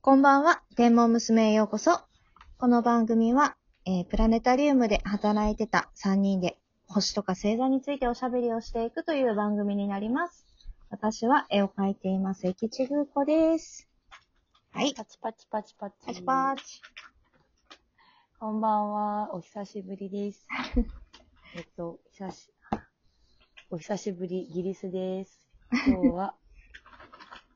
こんばんは、天文娘へようこそ。この番組は、えープラネタリウムで働いてた3人で、星とか星座についておしゃべりをしていくという番組になります。私は絵を描いています、駅地ぐうこです。はい、パチパチパチパチ。パチパチ。こんばんは。お久しぶりです。 えっと、久し、お久しぶり、イギリス です。今日は、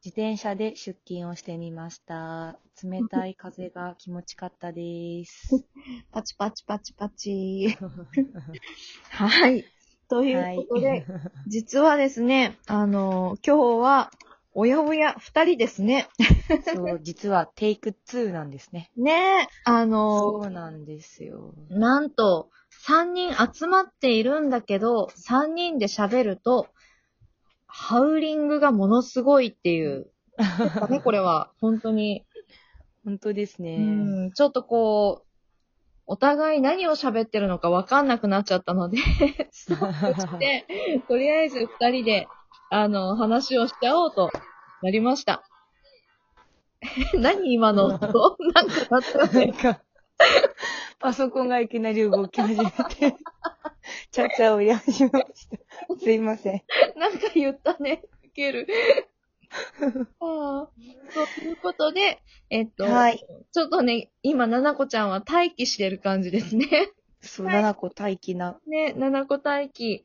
自転車で出勤をしてみました。冷たい風が気持ちかった です。パチパチパチパチ。はい。ということで、 はい実はですね、あの、今日は、おやおや、二人ですね。そう、実はテイク2なんですね。ねえ、あの、そうなんです よ。なんと、三人集まっているんだけど、三人で喋ると、ハウリングがものすごいっていう。やっぱね、これは、本当に。本当ですね。う ん、ちょっとこう、お互い何を喋ってるのかわかんなくなっちゃったので、ストップして、とりあえず二人で、あの、話をしちゃおうとなりました。何今の、なんかなったよなね。んか、パソコンがいきなり動き始め て、ちゃちゃをやり始めました。すいません。 なんか言ったね。ウケ る。ああということで、えっと、はい。ちょっとね、今、ななこちゃんは待機してる感じです ね。そう、ななこ待機な。ね、ななこ待機。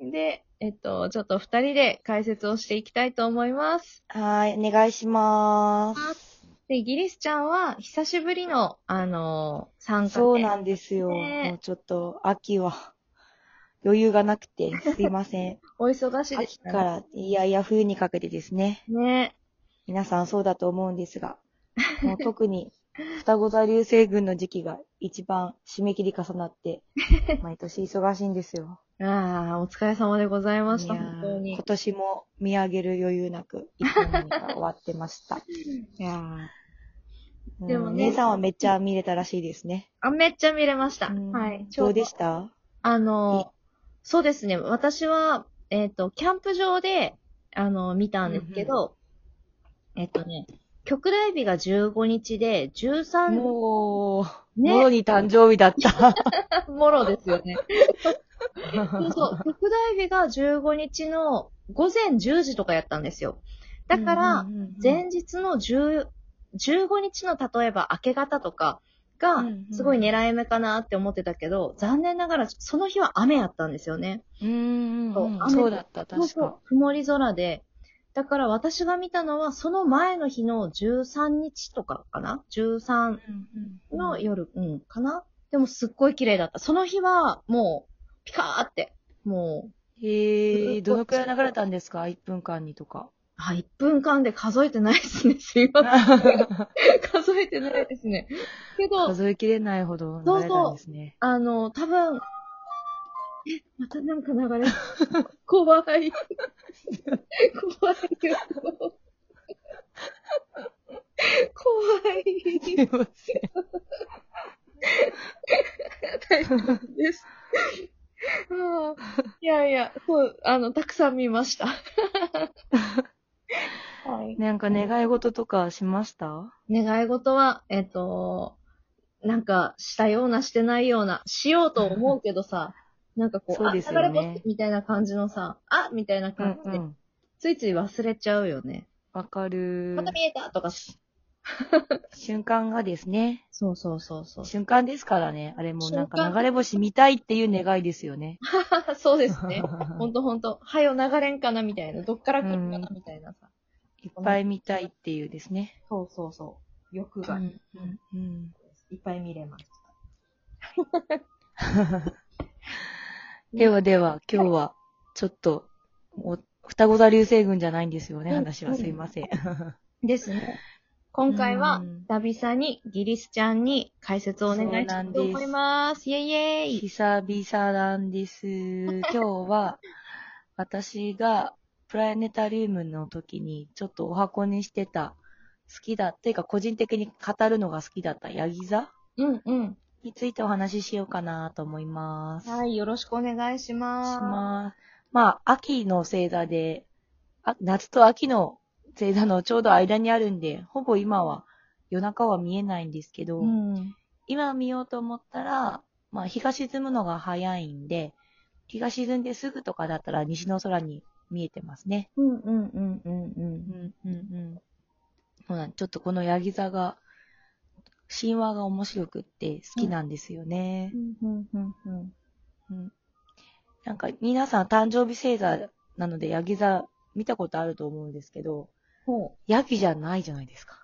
で、えっと、ちょっと二人で解説をしていきたいと思います。はい、お願いしまーで、イギリスちゃんは、久しぶりの、あのー参加す。で。そうなんですよ。ねもうちょっと、秋は、余裕がなくて、すいま せん。お忙しいで秋すか。ら、いやいや冬にかけてですね。ね。皆さんそうだと思うんですが、もう特 に、双子座流星群の時期が一番締め切り重なって、毎年忙しいんですよ。ああ、お疲れ様でございましいた、やー本当に今。年も見上げる余裕なく、いつの間にか終わってま した。いやーうんでもね姉さんはめっちゃ見れたらしいですね。あ、めっちゃ見れました。うんはい。どうでたしたあの、そうですね。私は、えっ、と、キャンプ場で、あの、見たんですけど、えっとね、極大日が15日で、13もう、ねもろに誕生日だった。日もろですよね。 そうそう。極大日が15日の午前10時とかやったんですよ。だからう、んうんうん、前日の10 15日の例えば明け方とかがうんうん、すごい狙い目かなって思ってたけど、残念ながらその日は雨やったんですよね。うんうんうんそうそうだった、確か。そうそう、曇り空で。だから私が見たのは、その前の日の13日とかかな ?13 うんうんの夜、うん、かなでもすっごい綺麗だった。その日は、もう、ピカーって、もう、へえ、どのくらい流れたんですか ?1 分間に とか。あ、1分間で数えてないですね。 すいません。数えてないですね。けど、 数えきれないほど流れたんですね。あの、多分、え、またなんか流れ、怖い。怖いよ。 怖い。すいません。です。ああいやいや、そう、あの、たくさん見ま した。はい。 なんか願い事とかしました願い事は、えっ、と、なんか、したような、してないような、しようと思うけど さ、なんかこう、そうですよあ、ね流れ星みたいな感じのさ、あみたいな感じで、ん。ついつい忘れちゃうよね。わかるま。た見えたとか、瞬間がですね。そうそうそうそう。瞬間ですからね。あれもなんか瞬間流れ星見たいっていう願いですよね。 そうですね。ほんとほんと、はよ流れんかなみたいな、どっから来るかなみたいなさ。 いっぱい見たいっていうですね。そうそうそう。欲うがん。うん。いっぱい見れます。ではでは、今日は、ちょっと、お双子座流星群じゃないんですよね、うん話うはんすいません。ですね。今回はうん、久々にギリスちゃんに解説をお願いしたいと思います。イェイイェイ久々なんです。今日 は、私がプラネタリウムの時に、ちょっとお箱にしてた、好きだ、っていうか個人的に語るのが好きだったヤギ座うんうん。についてお話ししようかなと思います。はい、よろしくお願いししまます。まあ、秋の星座で、あ夏と秋の星座のちょうど間にあるんで、ほぼ今は夜中は見えないんですけど、うん。今見ようと思ったら、まあ、日が沈むのが早いんで、日が沈んですぐとかだったら西の空に見えてますね。うんうんうんうんうん。んうんうん。そうなんちょっとこのヤギ座が、神話が面白くって好きなんですよね。うんうんうんうんなんか皆さん誕生日星座なのでヤギ座見たことあると思うんですけど、ほヤギじゃないじゃないですか。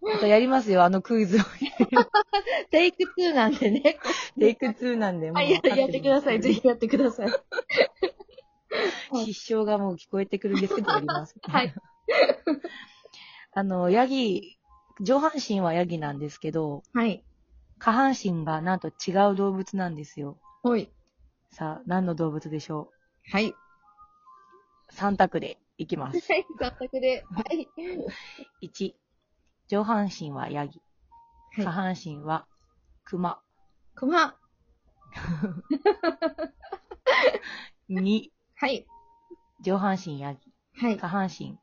またやりますよ、あの クイズを。う。テイク2なんで ね。テイク2なんで。もうあ、分やかるんやってください。ですけぜひやってください。ど失笑がもう聞こえてくるんですけ ど、やります。はい。あの、ヤギ、上半身はヤギなんですけど、はい。下半身がなんと違う動物なんですよ。ほい。さあ、何の動物でしょはい。う ?3 択でいきます。はい。脱択で。はい。 1、上半身はヤギ、下はい。半身はクマ。クマ。 2、はい。上半身ヤギ、はい。下半身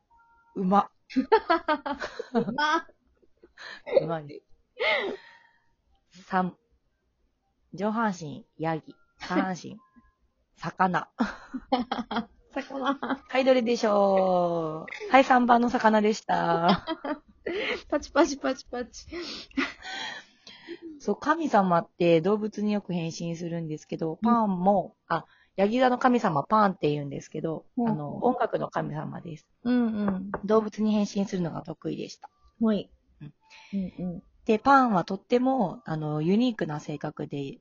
馬。ま馬です。3、上半身ヤギ、下半身魚。魚。はい、どれでしょうはい、3番の魚でした。パチパチパチパチ。そう、神様って動物によく変身するんですけど、パンも、あ、ヤギ座の神様パンって言うんですけど、うんあの、音楽の神様です。うんうん。動物に変身するのが得意でした。ほい。ううんんうん。で、パンはとっても、あの、ユニークな性格で、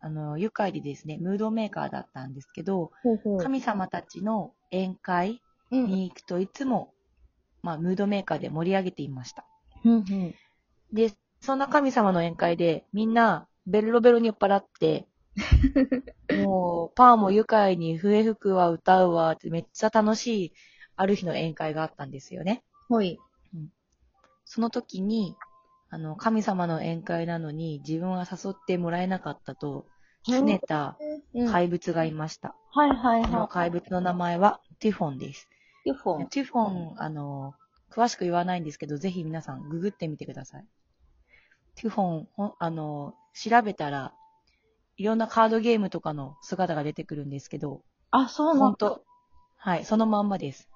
あの、愉快でですね、ムードメーカーだったんですけど、ほうほう。神様たちの宴会うんうんに行くといつも、まあ、ムードメーカーで盛り上げていました。うん。で、そんな神様の宴会で、みんな、ベロベロに酔っ払って、 もう、パーも愉快に、笛吹くわ、歌うわ、ってめっちゃ楽しい、ある日の宴会があったんですよね。ほい。その時に、あの、神様の宴会なのに、自分は誘ってもらえなかったと、拗ねたうんはい怪物がいました。はいはい。この怪物の名前は、ティフォンです。 UFO。ティフォン、あの、詳しく言わないんですけど、ぜひ皆さんググってみてください。ティフォン、ほんあの、調べたら、いろんなカードゲームとかの姿が出てくるんですけど、あ、そうな本ん当はい、そのまんまです。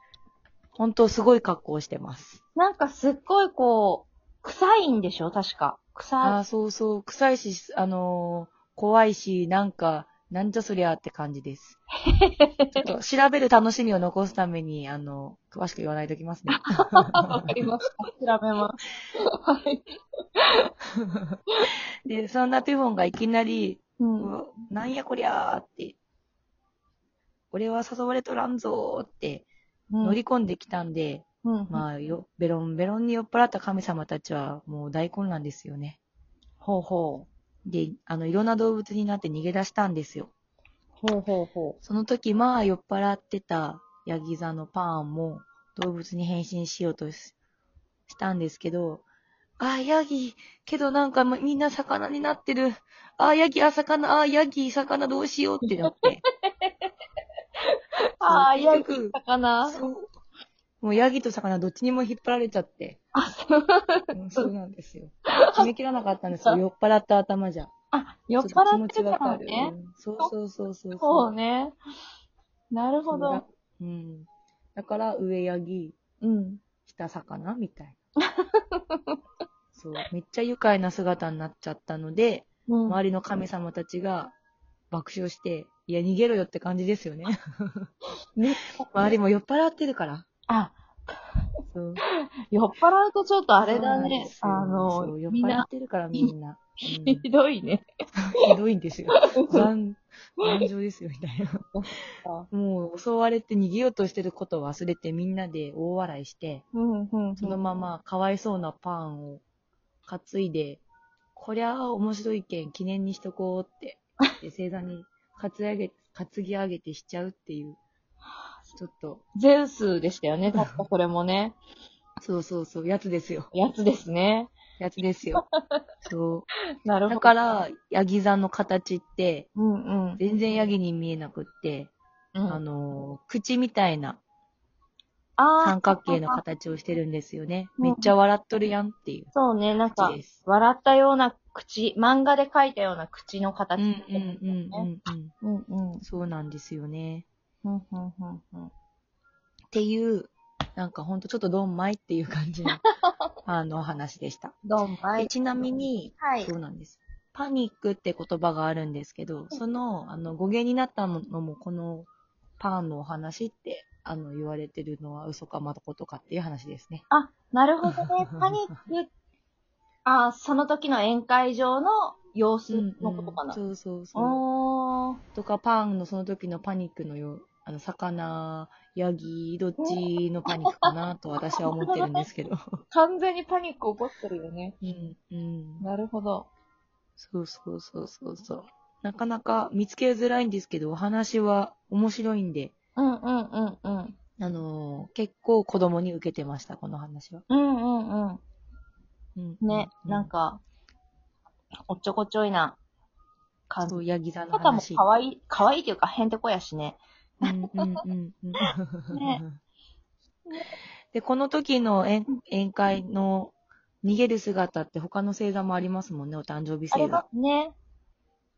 本当すごい格好をしてます。なんかすっごいこう、臭いんでしょ確か。ああ臭ー、そうそう、臭いし、あのー怖いし、なんか、なんじゃそりゃって感じです。ちょっと調べる楽しみを残すために、あの、詳しく言わないときますね。い。わかりました。調べます。はい。で、そんなティフォンがいきなり、うん。ううんわなんやこりゃーって。俺は誘われとらんぞーって乗り、込んできたんで、うん。まあよ、ベロンベロンに酔っ払った神様たちはもう大混乱ですよね。ほうほう。で、あの、いろんな動物になって逃げ出したんですよ。ほうほうほその時、まあ酔っ払ってたヤギ座のパーンも動物に変身しようとししたんですけど、あー、ヤギ、けどなんかもうみんな魚になってる。あー、ヤギ、あ、魚、あー、ヤギ、魚どうしようってなって。う。 ああ、ヤギ、ギ。魚。そう。もうヤギと魚どっちにも引っ張られちゃって。あ、そう。うんそうなんで すよ。決めきらなかったんですよ。酔っ払った頭じゃ。あ、酔っちょと気払持っちてたわからかるね。。うんそうそうそうそう。そうね。なるほど。。うん。だから上ヤギ、うん。下魚みたい な。そう。めっちゃ愉快な姿になっちゃったので、うん。周りの神様たちが爆笑して、いや、逃げろよって感じです よね。ね周りも酔っ払ってるから。あ、そう。酔っ払うとちょっとあれだね。そうあのそう、みん酔っ払なっ、てるからみんな。うんひどいね。ひどいんですよ。残、残情ですよ、みたいな。もう襲われて逃げようとしてることを忘れてみんなで大笑いして、うん、うん。そのままかわいそうなパンを担いで、こりゃあ面白いけん記念にしとこうって、で星座に担ぎ上げ、担ぎ上げてしちゃうっていう、ちょっと、ゼウスでしたよね、たったこれもね。そうそうそう、やつですよ。やつですね。やつです よ。そなるう。ほど。だから、ヤギ座の形って、うんうん。全然ヤギに見えなくって、うんあの、口みたいな、あー三角形の形をしてるんですよね。うんめっちゃ笑っとるやんっていうそうね、なんか形、です。笑ったような口、漫画で描いたような口のう形。んうんうんうんうん。うんうん。そうなんですよね。うんうんうんうん。っていう、なんかほんとちょっとドンマイっていう感 じの、あの、お話でした。どんまで。ちなみに、はいそ。うなんです。パニックって言葉があるんですけど、その、あの、語源になったのも、このパンのお話って、あの、言われてるのは嘘かまことかっていう話ですね。なるほどね。パニック。あー、その時の宴会場の様子のことかな。そうそうそう。おー。とか、パンのその時のパニックのよう、あの、魚、ヤギ、どっちのパニックかなと私は思ってるんで すけど。完全にパニック起こってるよね。うん、うん。なるほど。そうそうそうそうそう。なかなか見つけづらいんですけど、お話は面白いんで、うんうんうんうん。あのー結構子供に受けてました、この話は。うんうんうん。うんね、なん、うか、おっちょこちょいなう感じそ。う、ヤギ座のとかも話。可愛い、可愛いというか、へんてこやしね。うんうんうんうん ねで、この時の宴宴会の逃げる姿って他の星座もありますもんね、お誕生日あれ星が座。ね、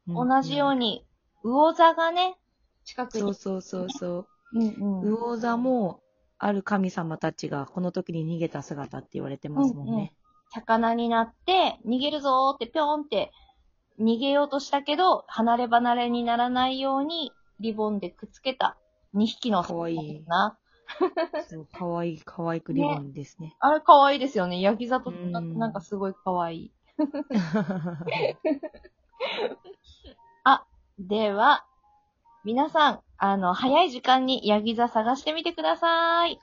同じように。に、魚座がね、近くに。そうそうそうそう。うんうん。魚座も、ある神様たちがこの時に逃げた姿って言われてますもんね。魚になって、逃げるぞーってぴょんって逃げようとしたけど、離れ離れにならないようにリボンでくっつけた2匹のかわいいな。そうかわいい、かわいくリボンですね。あれ可愛いですよね。ヤギ座とうんなんかすごい可愛い。では、皆さん、あの、早い時間にヤギ座探してみてください。